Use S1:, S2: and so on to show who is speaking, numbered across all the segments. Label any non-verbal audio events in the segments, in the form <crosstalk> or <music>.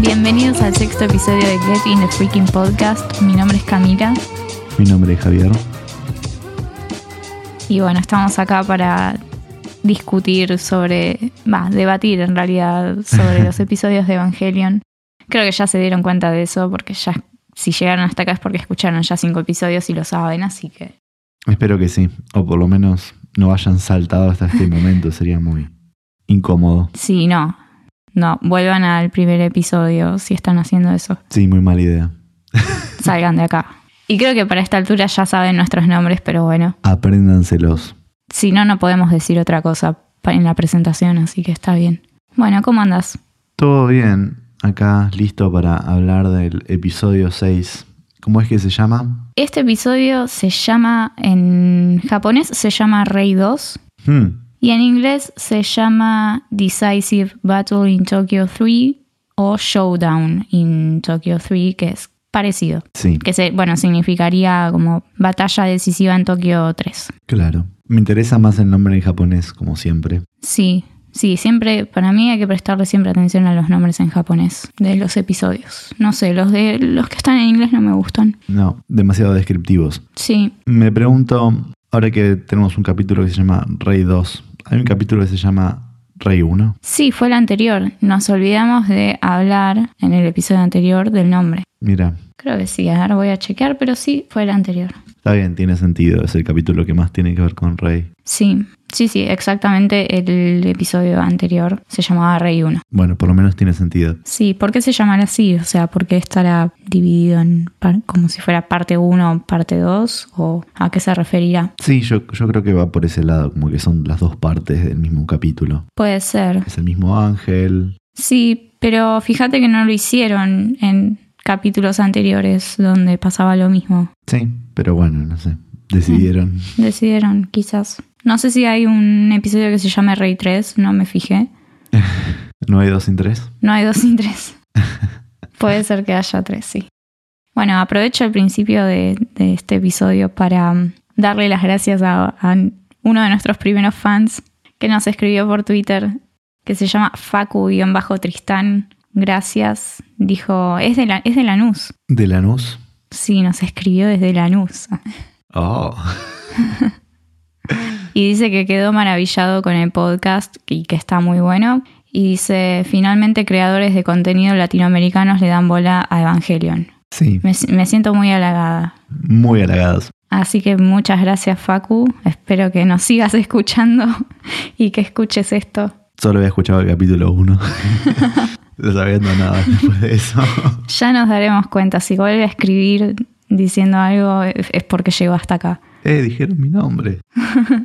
S1: Bienvenidos al sexto episodio de Get in the Freaking Podcast. Mi nombre es Camila
S2: Mi nombre es Javier.
S1: y bueno, estamos acá para discutir sobre, va, debatir en realidad sobre los episodios de Evangelion. Creo que ya se dieron cuenta de eso porque ya si llegaron hasta acá es porque escucharon ya cinco episodios y lo saben, así que
S2: Espero que sí. O por lo menos no hayan saltado hasta este momento. Sería muy incómodo.
S1: sí, no. No, vuelvan al primer episodio si están haciendo eso.
S2: Sí, muy mala idea.
S1: Salgan de acá. Y creo que para esta altura ya saben nuestros nombres, pero bueno.
S2: Apréndanselos.
S1: Si no, no podemos decir otra cosa pa- en la presentación, así que está bien. Bueno, ¿cómo andas?
S2: Todo bien. Acá listo para hablar del episodio 6. ¿Cómo es que se llama?
S1: Este episodio se llama, en japonés se llama Rey 2
S2: Hmm.
S1: y en inglés se llama Decisive Battle in Tokyo 3 o Showdown in Tokyo 3, que es parecido,
S2: Sí,
S1: que se, bueno, significaría como batalla decisiva en Tokio 3.
S2: claro. Me interesa más el nombre en japonés, como siempre.
S1: Sí, sí, siempre, para mí hay que prestarle siempre atención a los nombres en japonés de los episodios. No sé, los de los que están en inglés no me gustan.
S2: No, demasiado descriptivos.
S1: Sí,
S2: Me pregunto, ahora que tenemos un capítulo que se llama Rey 2, hay un capítulo que se llama Rey 1.
S1: sí, fue el anterior. Nos olvidamos de hablar en el episodio anterior del nombre.
S2: Mira,
S1: Creo que sí, ahora voy a chequear, pero sí, fue el anterior.
S2: Está bien, tiene sentido. Es el capítulo que más tiene que ver con Rey.
S1: Sí, sí, sí, exactamente el episodio anterior se llamaba Rey 1.
S2: Bueno, por lo menos tiene sentido.
S1: Sí, ¿por qué se llamará así? O sea, ¿por qué estará dividido en par- como si fuera parte 1, parte 2? ¿O a qué se referirá?
S2: Sí, yo, yo creo que va por ese lado, como que son las dos partes del mismo capítulo.
S1: Puede ser.
S2: Es el mismo ángel.
S1: Sí, pero fíjate que no lo hicieron en capítulos anteriores donde pasaba lo mismo.
S2: Sí, pero bueno, no sé. Decidieron.
S1: Decidieron, quizás. No sé si hay un episodio que se llame Rey 3, no me fijé.
S2: No hay dos sin tres.
S1: No hay dos sin tres. Puede ser que haya tres, sí. Bueno, aprovecho el principio de, de este episodio para um, darle las gracias a, a uno de nuestros primeros fans que nos escribió por Twitter, que se llama Facu-Tristán. Gracias. Dijo, es de, la, es de Lanús.
S2: De Lanús.
S1: Sí, nos escribió desde Lanús.
S2: Oh.
S1: Y dice que quedó maravillado con el podcast y que está muy bueno. Y dice, finalmente creadores de contenido latinoamericanos le dan bola a Evangelion.
S2: Sí,
S1: Me, si- me siento muy halagada.
S2: muy halagados.
S1: Así que muchas gracias Facu. Espero que nos sigas <laughs> escuchando y que escuches esto.
S2: Solo había escuchado el capítulo <laughs> 1. no sabiendo nada después de eso.
S1: Ya nos daremos cuenta. Si vuelve a escribir diciendo algo es es porque llegó hasta acá.
S2: eh, dijeron mi nombre.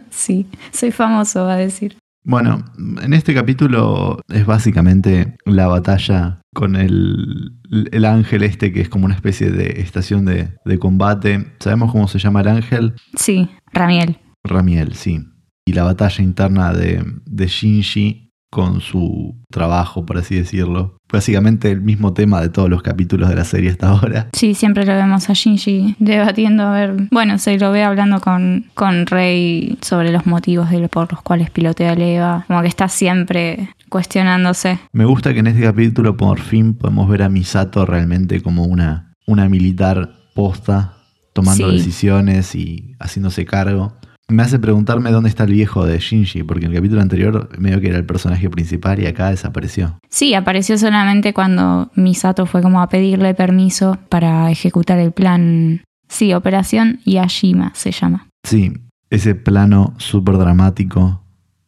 S1: Sí, soy famoso, va a decir.
S2: Bueno, en este capítulo es básicamente la batalla con el, el ángel este, que es como una especie de estación de, de combate. ¿Sabemos cómo se llama el ángel?
S1: Sí, Ramiel.
S2: Ramiel, sí. Y la batalla interna de, de Shinji con su trabajo, por así decirlo. Básicamente el mismo tema de todos los capítulos de la serie hasta ahora.
S1: Sí, siempre lo vemos a Shinji debatiendo a ver. Bueno, se lo ve hablando con, con Rey sobre los motivos de lo- por los cuales pilotea el Eva. Como que está siempre cuestionándose.
S2: Me gusta que en este capítulo por fin podemos ver a Misato realmente como una, una militar posta, tomando
S1: Sí.
S2: decisiones y haciéndose cargo. Me hace preguntarme dónde está el viejo de Shinji, porque en el capítulo anterior medio que era el personaje principal y acá desapareció.
S1: Sí, apareció solamente cuando Misato fue como a pedirle permiso para ejecutar el plan. Sí, Operación Yashima se llama.
S2: Sí, ese plano súper dramático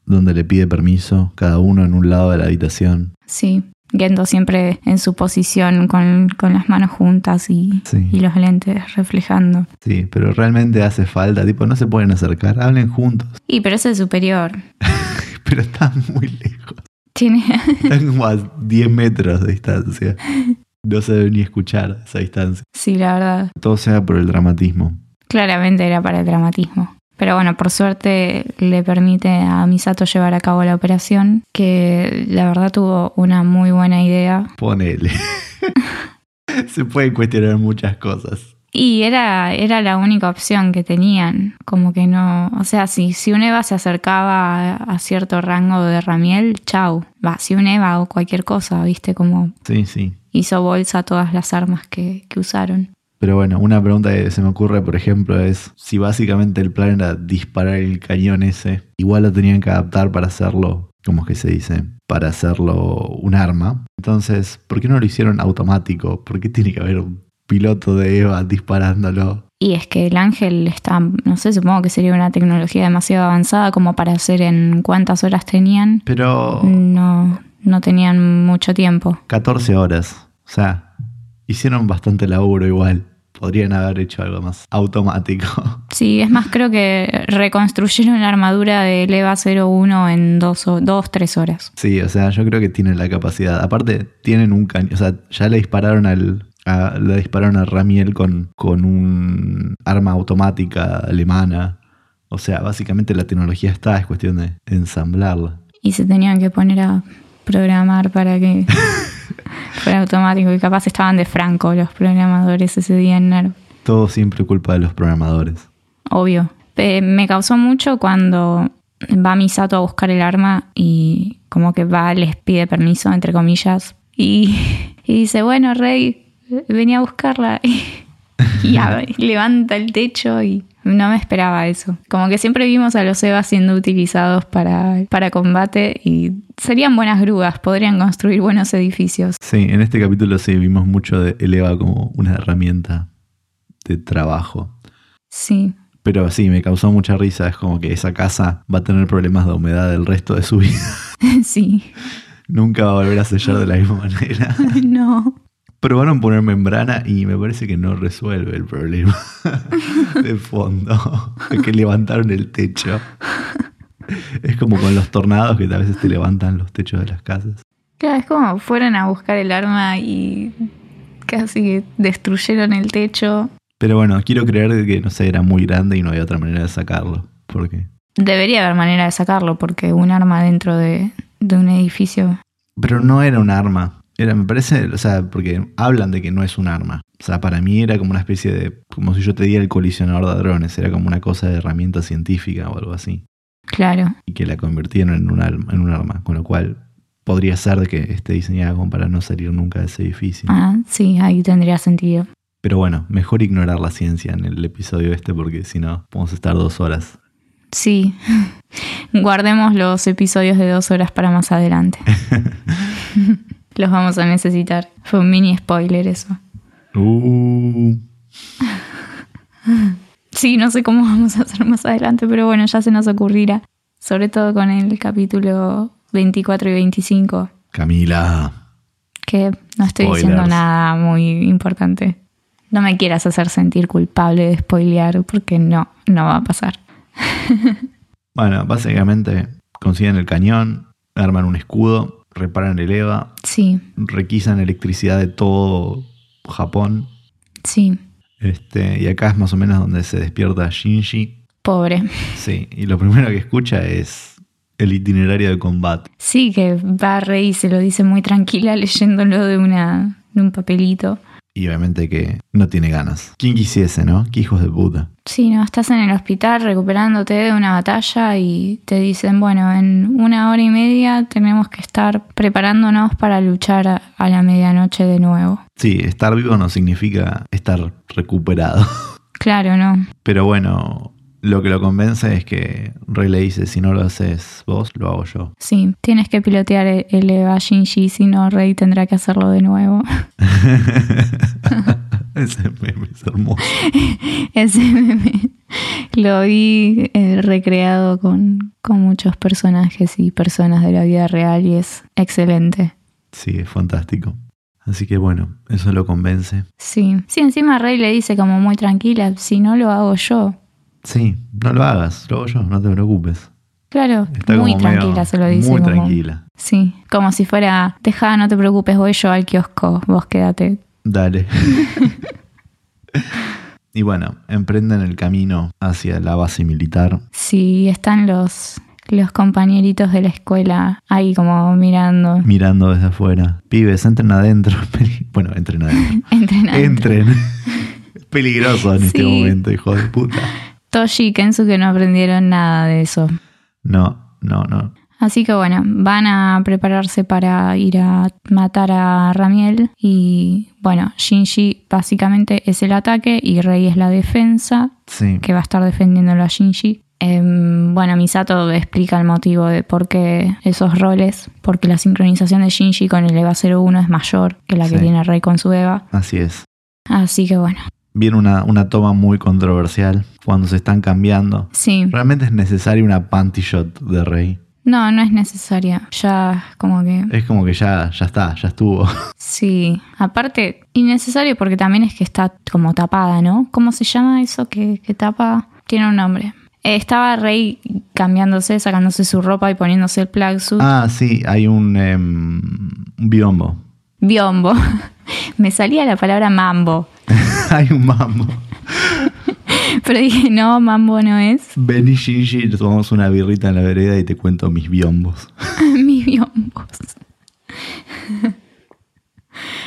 S2: donde le pide permiso, cada uno en un lado de la habitación.
S1: Sí, Gendo siempre en su posición con, con las manos juntas y,
S2: Sí.
S1: y los lentes reflejando.
S2: Sí, pero realmente hace falta, tipo, no se pueden acercar, hablen juntos, <laughs>
S1: Y pero ese es superior.
S2: pero están muy lejos.
S1: Tiene, <laughs>
S2: Están como a 10 metros de distancia. No se debe ni escuchar esa distancia.
S1: sí, la verdad.
S2: Todo sea por el dramatismo.
S1: Claramente era para el dramatismo. Pero bueno, por suerte le permite a Misato llevar a cabo la operación, que la verdad tuvo una muy buena idea.
S2: Ponele. <laughs> se pueden cuestionar muchas cosas.
S1: Y era, era la única opción que tenían, como que no, o sea, si, si un Eva se acercaba a, a cierto rango de Ramiel, chau, va, si un Eva o cualquier cosa, viste, como
S2: Sí, sí.
S1: hizo bolsa todas las armas que, que usaron.
S2: Pero bueno, una pregunta que se me ocurre, por ejemplo, es si básicamente el plan era disparar el cañón ese, igual lo tenían que adaptar para hacerlo, ¿cómo es que se dice? Para hacerlo un arma. Entonces, ¿por qué no lo hicieron automático? ¿Por qué tiene que haber un piloto de Eva disparándolo?
S1: Y es que el ángel está, no sé, supongo que sería una tecnología demasiado avanzada como para hacer en cuántas horas tenían.
S2: Pero
S1: No, no tenían mucho tiempo.
S2: 14 horas, o sea, hicieron bastante laburo igual. Podrían haber hecho algo más automático. <laughs>
S1: Sí, es más, creo que reconstruyeron la armadura del EVA 01 en dos, o- dos tres horas.
S2: Sí, o sea, yo creo que tienen la capacidad. Aparte, tienen un cañón. O sea, ya le dispararon al. a- le dispararon a Ramiel con, con un arma automática alemana. O sea, básicamente la tecnología está, es cuestión de ensamblarla.
S1: Y se tenían que poner a programar para que <laughs> fuera automático. Y capaz estaban de franco los programadores ese día en NERV.
S2: Todo siempre culpa de los programadores.
S1: Obvio. Eh, me causó mucho cuando va Misato a buscar el arma y como que va, les pide permiso, entre comillas, y, <laughs> y dice, bueno, Rey, venía a buscarla. <laughs> Y, ab- levanta el techo y no me esperaba eso. Como que siempre vimos a los Evas siendo utilizados para, para combate y serían buenas grúas, podrían construir buenos edificios.
S2: Sí, en este capítulo sí vimos mucho de Eleva como una herramienta de trabajo.
S1: Sí, <laughs>
S2: Pero sí, me causó mucha risa. Es como que esa casa va a tener problemas de humedad el resto de su <laughs> vida.
S1: sí, <laughs>
S2: Nunca va a volver a sellar de la misma manera. <laughs>
S1: no.
S2: Probaron poner membrana y me parece que no resuelve el problema <laughs> de fondo. que levantaron el techo. Es como con los tornados que a veces te levantan los techos de las casas.
S1: Claro, es como fueron a buscar el arma y casi que destruyeron el techo.
S2: Pero bueno, quiero creer que, no sé, era muy grande y no había otra manera de sacarlo. Porque.
S1: Debería haber manera de sacarlo porque un arma dentro de, de un edificio.
S2: Pero no era un arma. Era, me parece, o sea, porque hablan de que no es un arma. O sea, para mí era como una especie de. como si yo te diera el colisionador de drones. Era como una cosa de herramienta científica o algo así.
S1: Claro,
S2: y que la convirtieron en un, alma- en un arma, con lo cual podría ser de que esté diseñada como para no salir nunca de ese edificio.
S1: ah, sí, ahí tendría sentido.
S2: Pero bueno, mejor ignorar la ciencia en el episodio este porque si no, vamos a estar dos horas.
S1: Sí, <laughs> guardemos los episodios de dos horas para más adelante. los vamos a necesitar. Fue un mini spoiler eso.
S2: Uh,
S1: Sí, no sé cómo vamos a hacer más adelante, pero bueno, ya se nos ocurrirá. Sobre todo con el capítulo 24 y 25.
S2: Camila.
S1: que no estoy diciendo
S2: Spoilers.
S1: nada muy importante. No me quieras hacer sentir culpable de spoilear porque no, no va a pasar.
S2: Bueno, básicamente consiguen el cañón, arman un escudo, reparan el EVA,
S1: Sí,
S2: requisan electricidad de todo Japón.
S1: sí,
S2: Este, y acá es más o menos donde se despierta Shinji.
S1: pobre.
S2: Sí, y lo primero que escucha es el itinerario de combate.
S1: Sí, que va a y se lo dice muy tranquila <laughs> leyéndolo de, una, de un papelito.
S2: Y obviamente que no tiene ganas. ¿Quién quisiese, no? ¿Qué hijos de puta?
S1: Sí, no, estás en el hospital recuperándote de una batalla y te dicen, bueno, en una hora y media tenemos que estar preparándonos para luchar a- a la medianoche de nuevo.
S2: Sí, estar vivo no significa estar recuperado. <laughs>
S1: Claro, no.
S2: Pero bueno, lo que lo convence es que Rey le dice, si no lo haces vos, lo hago yo. <laughs>
S1: Sí, tienes que pilotear el- el Eva Shinji, si no Rey tendrá que hacerlo de nuevo. <laughs>
S2: Ese meme es hermoso.
S1: Ese meme lo vi eh, recreado con, con muchos personajes y personas de la vida real y es excelente.
S2: Sí, es fantástico. Así que bueno, eso lo convence.
S1: Sí, sí, encima Rey le dice como muy tranquila, si no lo hago yo.
S2: Sí, no lo hagas, lo hago yo, no te preocupes.
S1: Claro,
S2: Está
S1: muy
S2: como medio-
S1: tranquila se lo dice.
S2: Muy
S1: como-
S2: tranquila.
S1: Sí, como si fuera, deja, no te preocupes, voy yo al kiosco, vos quédate. <laughs>
S2: Dale. y bueno, emprenden el camino hacia la base militar.
S1: Sí, están los, los compañeritos de la escuela ahí como mirando.
S2: mirando desde afuera. Pibes, entren adentro. <laughs> Peli- Bueno,
S1: <laughs>
S2: entren adentro.
S1: Entrenando.
S2: entren.
S1: <laughs>
S2: Peligroso en este
S1: Sí.
S2: momento, hijo de puta.
S1: Toshi y Kensu que no aprendieron nada de eso.
S2: No, no, no.
S1: Así que bueno, van a prepararse para ir a matar a Ramiel y bueno, Shinji básicamente es el ataque y Rey es la defensa
S2: Sí.
S1: que va a estar defendiéndolo a Shinji. Em, bueno, Misato explica el motivo de por qué esos roles, porque la sincronización de Shinji con el EVA 01 es mayor que la que
S2: Sí.
S1: tiene Rey con su EVA.
S2: Así es.
S1: Así que bueno,
S2: Viene una, una toma muy controversial cuando se están cambiando.
S1: sí.
S2: Realmente es necesaria una panty shot de Rey.
S1: No, no es necesaria. Ya como que...
S2: Es como que ya, ya está, ya estuvo.
S1: Sí. Aparte, innecesario porque también es que está como tapada, ¿no? ¿Cómo se llama eso que, que tapa? Tiene un nombre. Eh, estaba Rey cambiándose, sacándose su ropa y poniéndose el plagsuit.
S2: Ah, sí, hay un, em, un biombo. <laughs>
S1: Biombo. <laughs> Me salía la palabra mambo.
S2: hay un mambo.
S1: Pero dije, no, mambo no es. <laughs>
S2: Ven y Shinji, nos tomamos una birrita en la vereda y te cuento mis biombos.
S1: Mis biombos. <laughs>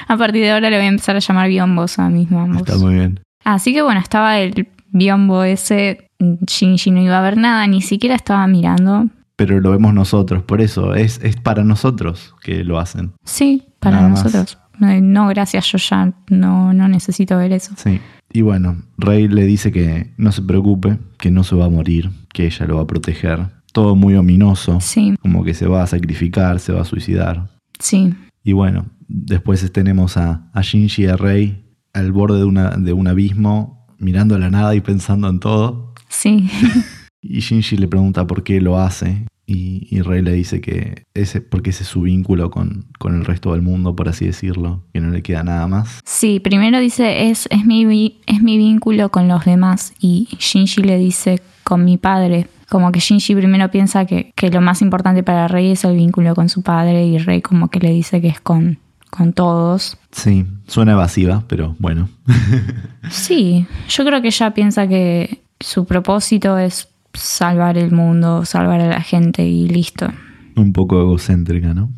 S1: A partir de ahora le voy a empezar a llamar biombos a mis mambos.
S2: Está muy bien.
S1: Así que bueno, estaba el biombo ese. Shinji no iba a ver nada, ni siquiera estaba mirando.
S2: Pero lo vemos nosotros, por eso es, es para nosotros que lo hacen.
S1: Sí, para
S2: Nada más.
S1: nosotros. Eh, No, gracias, yo ya no, no necesito ver eso.
S2: Sí. Y bueno, Rey le dice que no se preocupe, que no se va a morir, que ella lo va a proteger. Todo muy ominoso,
S1: Sí,
S2: como que se va a sacrificar, se va a suicidar.
S1: sí.
S2: Y bueno, después tenemos a, a Shinji y a Rey al borde de, una, de un abismo, mirando a la nada y pensando en todo.
S1: Sí, <laughs>
S2: Y Shinji le pregunta por qué lo hace. Y, y Rey le dice que ese, porque ese es su vínculo con, con el resto del mundo, por así decirlo, que no le queda nada más.
S1: sí, primero dice es, es, mi, vi- es mi vínculo con los demás y Shinji le dice con mi padre, como que Shinji primero piensa que, que lo más importante para Rey es el vínculo con su padre y Rey como que le dice que es con, con todos.
S2: Sí, suena evasiva, pero bueno. <laughs>
S1: Sí, yo creo que ella piensa que su propósito es salvar el mundo, salvar a la gente y listo.
S2: Un poco egocéntrica, ¿no?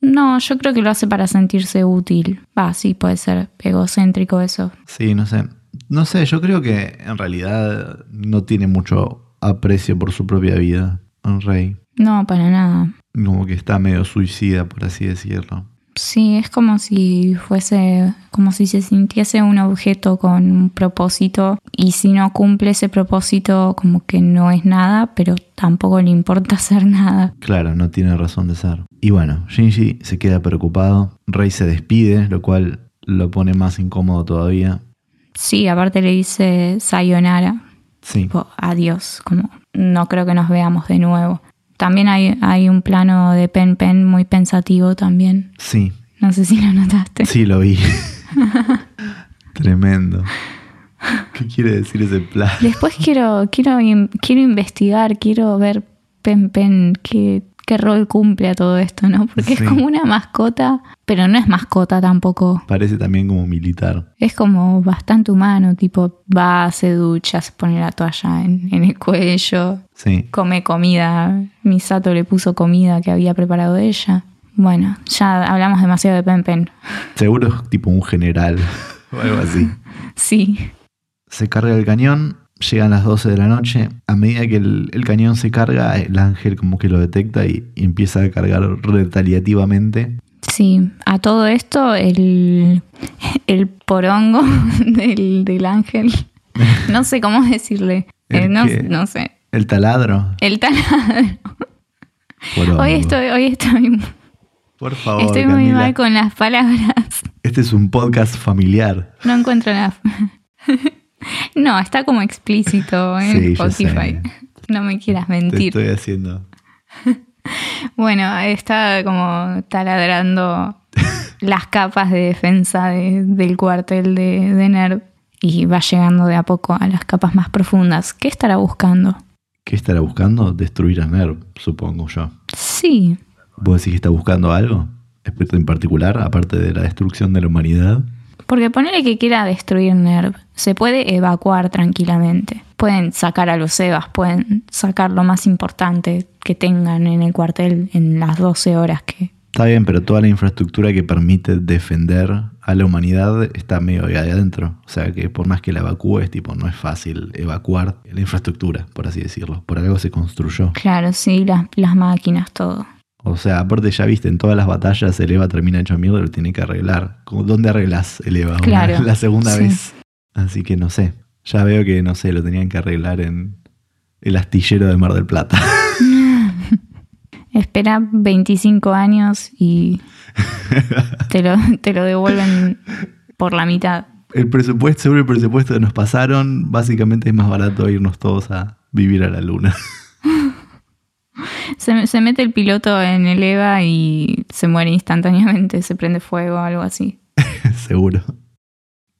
S1: No, yo creo que lo hace para sentirse útil. Va, sí, puede ser egocéntrico eso.
S2: Sí, no sé. No sé, yo creo que en realidad no tiene mucho aprecio por su propia vida, Rey.
S1: No, para nada.
S2: Como que está medio suicida, por así decirlo.
S1: Sí, es como si fuese, como si se sintiese un objeto con un propósito y si no cumple ese propósito como que no es nada, pero tampoco le importa <laughs> hacer nada.
S2: Claro, no tiene razón de ser. Y bueno, Shinji se queda preocupado. Rey se despide, lo cual lo pone más incómodo todavía.
S1: Sí, aparte le dice sayonara,
S2: Sí,
S1: tipo adiós, como no creo que nos veamos de nuevo. También hay, hay un plano de Pen Pen muy pensativo también.
S2: sí,
S1: No sé si lo notaste.
S2: sí lo vi. Tremendo. ¿Qué quiere decir ese plan?
S1: Después quiero, quiero, in- quiero investigar, quiero ver Pen Pen qué, qué rol cumple a todo esto, ¿no? Porque
S2: Sí.
S1: es como una mascota, pero no es mascota tampoco.
S2: Parece también como militar.
S1: Es como bastante humano, tipo va, se ducha, se pone la toalla en, en el cuello,
S2: Sí,
S1: come comida. Misato le puso comida que había preparado ella. Bueno, ya hablamos demasiado de Pen Pen.
S2: seguro es tipo un general <laughs> o algo así.
S1: Sí,
S2: Se carga el cañón, llegan las 12 de la noche. A medida que el, el cañón se carga, el ángel como que lo detecta y, y empieza a cargar retaliativamente.
S1: sí. A todo esto, el, el porongo <laughs> del, del
S2: <laughs>
S1: ángel. No sé cómo decirle.
S2: ¿El
S1: Eh, no,
S2: qué?
S1: no sé.
S2: El taladro.
S1: El taladro.
S2: Porongo.
S1: Hoy estoy, hoy estoy,
S2: Por favor,
S1: estoy muy
S2: Camila.
S1: mal con las palabras.
S2: Este es un podcast familiar.
S1: No encuentro nada. <laughs> No, está como explícito en
S2: Sí, ya
S1: Spotify.
S2: sé.
S1: No me quieras
S2: Te
S1: mentir.
S2: estoy haciendo.
S1: Bueno, está como taladrando las capas de defensa de- del cuartel de, de Nerd y va llegando de a poco a las capas más profundas. ¿Qué estará buscando?
S2: ¿Qué estará buscando? Destruir a Nerv, supongo yo.
S1: Sí,
S2: ¿Vos decís que está buscando algo? Espe- En particular, aparte de la destrucción de la humanidad.
S1: porque ponele que quiera destruir Nerv. Se puede evacuar tranquilamente. Pueden sacar a los Evas, pueden sacar lo más importante que tengan en el cuartel en las 12 horas que,
S2: Está bien, pero toda la infraestructura que permite defender a la humanidad está medio ahí adentro. O sea que por más que la evacúes, tipo, no es fácil evacuar la infraestructura, por así decirlo. Por algo se construyó.
S1: Claro, sí, las, las máquinas, todo.
S2: O sea, aparte ya viste, en todas las batallas el Eva termina hecho mierda y lo tiene que arreglar. Como, ¿Dónde arreglas el Eva? Una-
S1: Claro,
S2: <laughs> la segunda
S1: sí.
S2: vez. Así que no sé. Ya veo que, no sé, lo tenían que arreglar en el astillero de Mar del Plata. <laughs>
S1: Espera 25 años y te lo, te lo devuelven por la mitad.
S2: El presupuesto, según el presupuesto que nos pasaron, básicamente es más barato irnos todos a vivir a la luna.
S1: Se, se mete el piloto en el EVA y se muere instantáneamente, se prende fuego o algo así.
S2: <laughs> Seguro.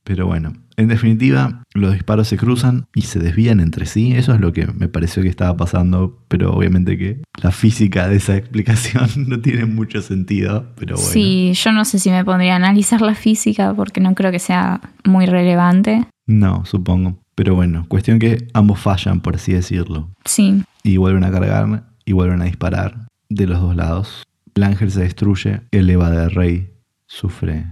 S2: Pero bueno, en definitiva, los disparos se cruzan y se desvían entre sí. Eso es lo que me pareció que estaba pasando, pero obviamente que la física de esa explicación <laughs> no tiene mucho sentido. Pero bueno,
S1: Sí, yo no sé si me pondría a analizar la física porque no creo que sea muy relevante.
S2: no, supongo. Pero bueno, cuestión que ambos fallan, por así decirlo.
S1: Sí,
S2: Y vuelven a cargar y vuelven a disparar de los dos lados. El ángel se destruye, el Eva de Rey sufre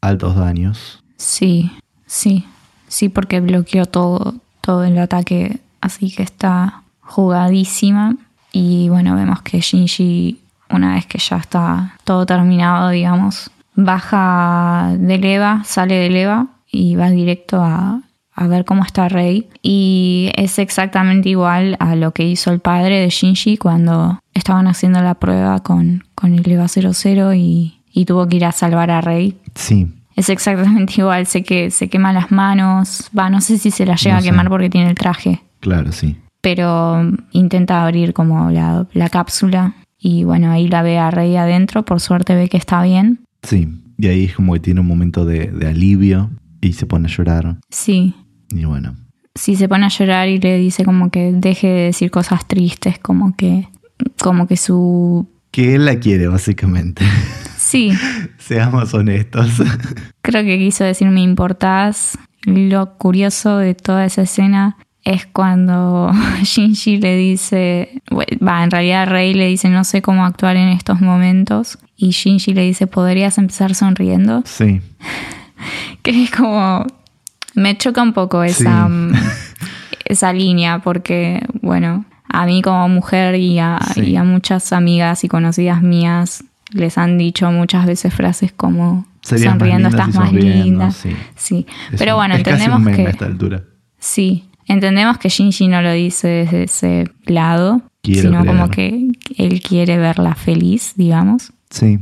S2: altos daños.
S1: sí, sí. Sí, porque bloqueó todo, todo el ataque, así que está jugadísima. Y bueno, vemos que Shinji, una vez que ya está todo terminado, digamos, baja del EVA, sale del EVA y va directo a, a ver cómo está Rey. Y es exactamente igual a lo que hizo el padre de Shinji cuando estaban haciendo la prueba con, con el EVA 00 y, y tuvo que ir a salvar a Rey.
S2: Sí,
S1: Es exactamente igual, sé que se quema las manos, va, no sé si se las llega
S2: No
S1: a
S2: sé.
S1: quemar porque tiene el traje,
S2: claro, sí.
S1: pero mm, intenta abrir como la, la cápsula y bueno, ahí la ve a Rey adentro, por suerte ve que está bien.
S2: Sí, y ahí es como que tiene un momento de, de alivio y se pone a llorar.
S1: Sí,
S2: Y bueno,
S1: sí se pone a llorar y le dice como que deje de decir cosas tristes, como que, como que su...
S2: que él la quiere básicamente. <laughs>
S1: Sí,
S2: Seamos honestos. <laughs>
S1: Creo que quiso decir me importás. Lo curioso de toda esa escena es cuando <laughs> Shinji le dice, bue- va, en realidad Rey le dice no sé cómo actuar en estos momentos y Shinji le dice podrías empezar sonriendo,
S2: sí,
S1: que es como me choca un poco esa
S2: Sí.
S1: mm, esa línea porque bueno, a mí como mujer y a,
S2: Sí.
S1: y a muchas amigas y conocidas mías les han dicho muchas veces frases como
S2: serías
S1: sonriendo
S2: más linda
S1: estás
S2: si
S1: más
S2: sonriendo,
S1: linda.
S2: sí.
S1: Sí,
S2: Es
S1: pero
S2: un-
S1: bueno,
S2: es casi
S1: entendemos
S2: un meme a
S1: que
S2: esta altura.
S1: sí, entendemos que Shinji no lo dice desde ese lado,
S2: Quiero
S1: sino
S2: creer.
S1: como que él quiere verla feliz, digamos,
S2: Sí,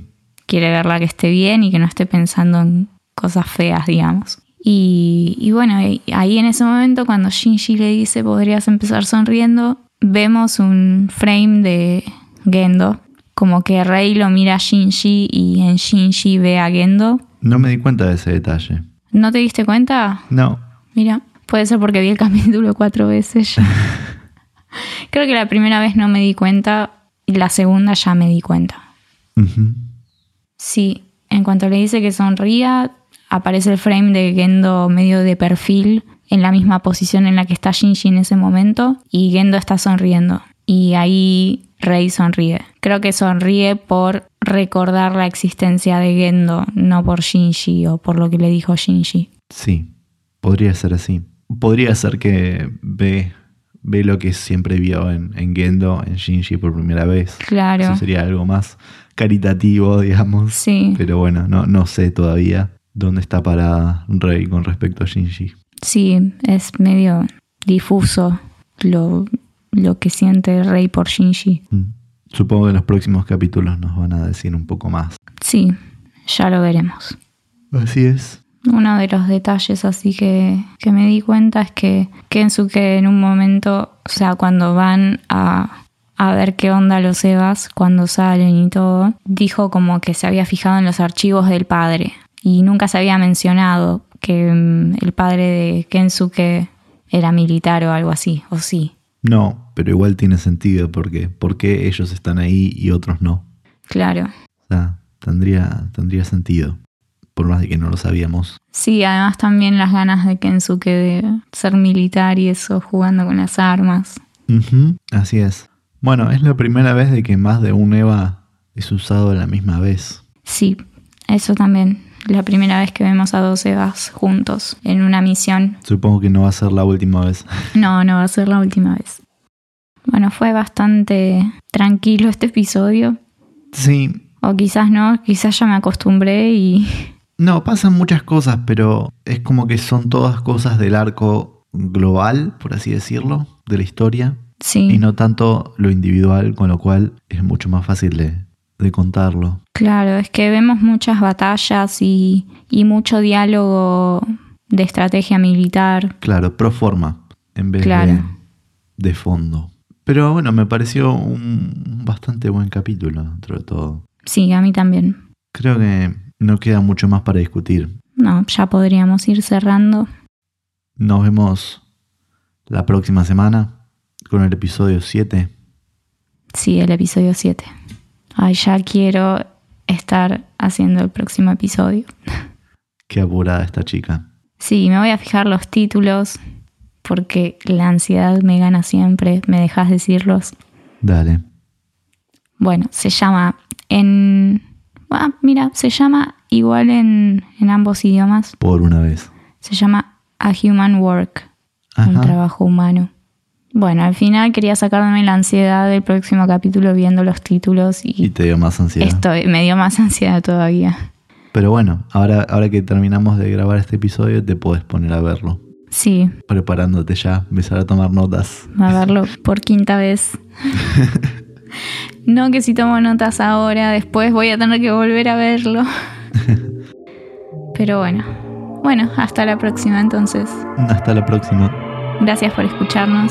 S1: quiere verla que esté bien y que no esté pensando en cosas feas, digamos. Y, y bueno, y ahí en ese momento cuando Shinji le dice podrías empezar sonriendo, vemos un frame de Gendo, como que Rey lo mira a Shinji y en Shinji ve a Gendo.
S2: no me di cuenta de ese detalle.
S1: ¿No te diste cuenta?
S2: No,
S1: Mira, puede ser porque vi el <laughs> capítulo cuatro veces ya. Creo que la primera vez no me di cuenta y la segunda ya me di cuenta.
S2: ujú,
S1: Sí, en cuanto le dice que sonría, aparece el frame de Gendo medio de perfil en la misma posición en la que está Shinji en ese momento y Gendo está sonriendo. Y ahí Rei sonríe. Creo que sonríe por recordar la existencia de Gendo, no por Shinji o por lo que le dijo Shinji.
S2: sí, podría ser así. Podría ser que ve, ve lo que siempre vio en, en Gendo, en Shinji por primera vez.
S1: Claro.
S2: Eso sería algo más caritativo, digamos.
S1: Sí.
S2: Pero bueno, no, no sé todavía dónde está parada Rey con respecto a Shinji.
S1: Sí, es medio difuso lo, lo que siente Rey por Shinji.
S2: Mm. Supongo que en los próximos capítulos nos van a decir un poco más.
S1: Sí, ya lo veremos.
S2: Así es.
S1: Uno de los detalles así que, que me di cuenta es que Kensuke en un momento, o sea, cuando van a, a ver qué onda los Evas, cuando salen y todo, dijo como que se había fijado en los archivos del padre y nunca se había mencionado que mm, el padre de Kensuke era militar o algo así, o sí.
S2: No, pero igual tiene sentido porque ¿por qué ellos están ahí y otros no?
S1: Claro.
S2: O sea, tendría, tendría sentido. Por más de que no lo sabíamos.
S1: Sí, además también las ganas de Kensuke de ser militar y eso, jugando con las armas.
S2: Ujú, Así es. Bueno, es la primera vez de que más de un Eva es usado a la misma vez.
S1: Sí, eso también. La primera vez que vemos a dos Evas juntos en una misión.
S2: Supongo que no va a ser la última vez.
S1: No, no va a ser la última vez. Bueno, fue bastante tranquilo este episodio.
S2: Sí,
S1: O quizás no, quizás ya me acostumbré y <laughs>
S2: no, pasan muchas cosas, pero es como que son todas cosas del arco global, por así decirlo, de la historia,
S1: sí,
S2: y no tanto lo individual, con lo cual es mucho más fácil de, de contarlo.
S1: claro, es que vemos muchas batallas y, y mucho diálogo de estrategia militar.
S2: Claro, pro forma en vez de,
S1: Claro.
S2: de fondo. Pero bueno, me pareció un, un bastante buen capítulo dentro de todo.
S1: Sí, a mí también.
S2: Creo que no queda mucho más para discutir.
S1: No, ya podríamos ir cerrando.
S2: Nos vemos la próxima semana con el episodio 7.
S1: Sí, el episodio 7. Ay, ya quiero estar haciendo el próximo episodio.
S2: Qué apurada esta chica.
S1: Sí, me voy a fijar los títulos porque la ansiedad me gana siempre, me dejas decirlos.
S2: Dale.
S1: Bueno, se llama en... Ah, mira, se llama igual en, en ambos idiomas.
S2: Por una vez.
S1: Se llama A Human Work, un
S2: Ajá.
S1: trabajo humano. Bueno, al final quería sacarme la ansiedad del próximo capítulo viendo los títulos
S2: Y
S1: y
S2: te dio más ansiedad.
S1: esto me dio más ansiedad todavía.
S2: Pero bueno, ahora, ahora que terminamos de grabar este episodio, te podés poner a verlo.
S1: Sí,
S2: Preparándote ya, empezar a tomar notas.
S1: a verlo por quinta vez. No que si tomo notas ahora, después voy a tener que volver a verlo. Pero bueno, bueno, hasta la próxima entonces.
S2: Hasta la próxima.
S1: Gracias por escucharnos.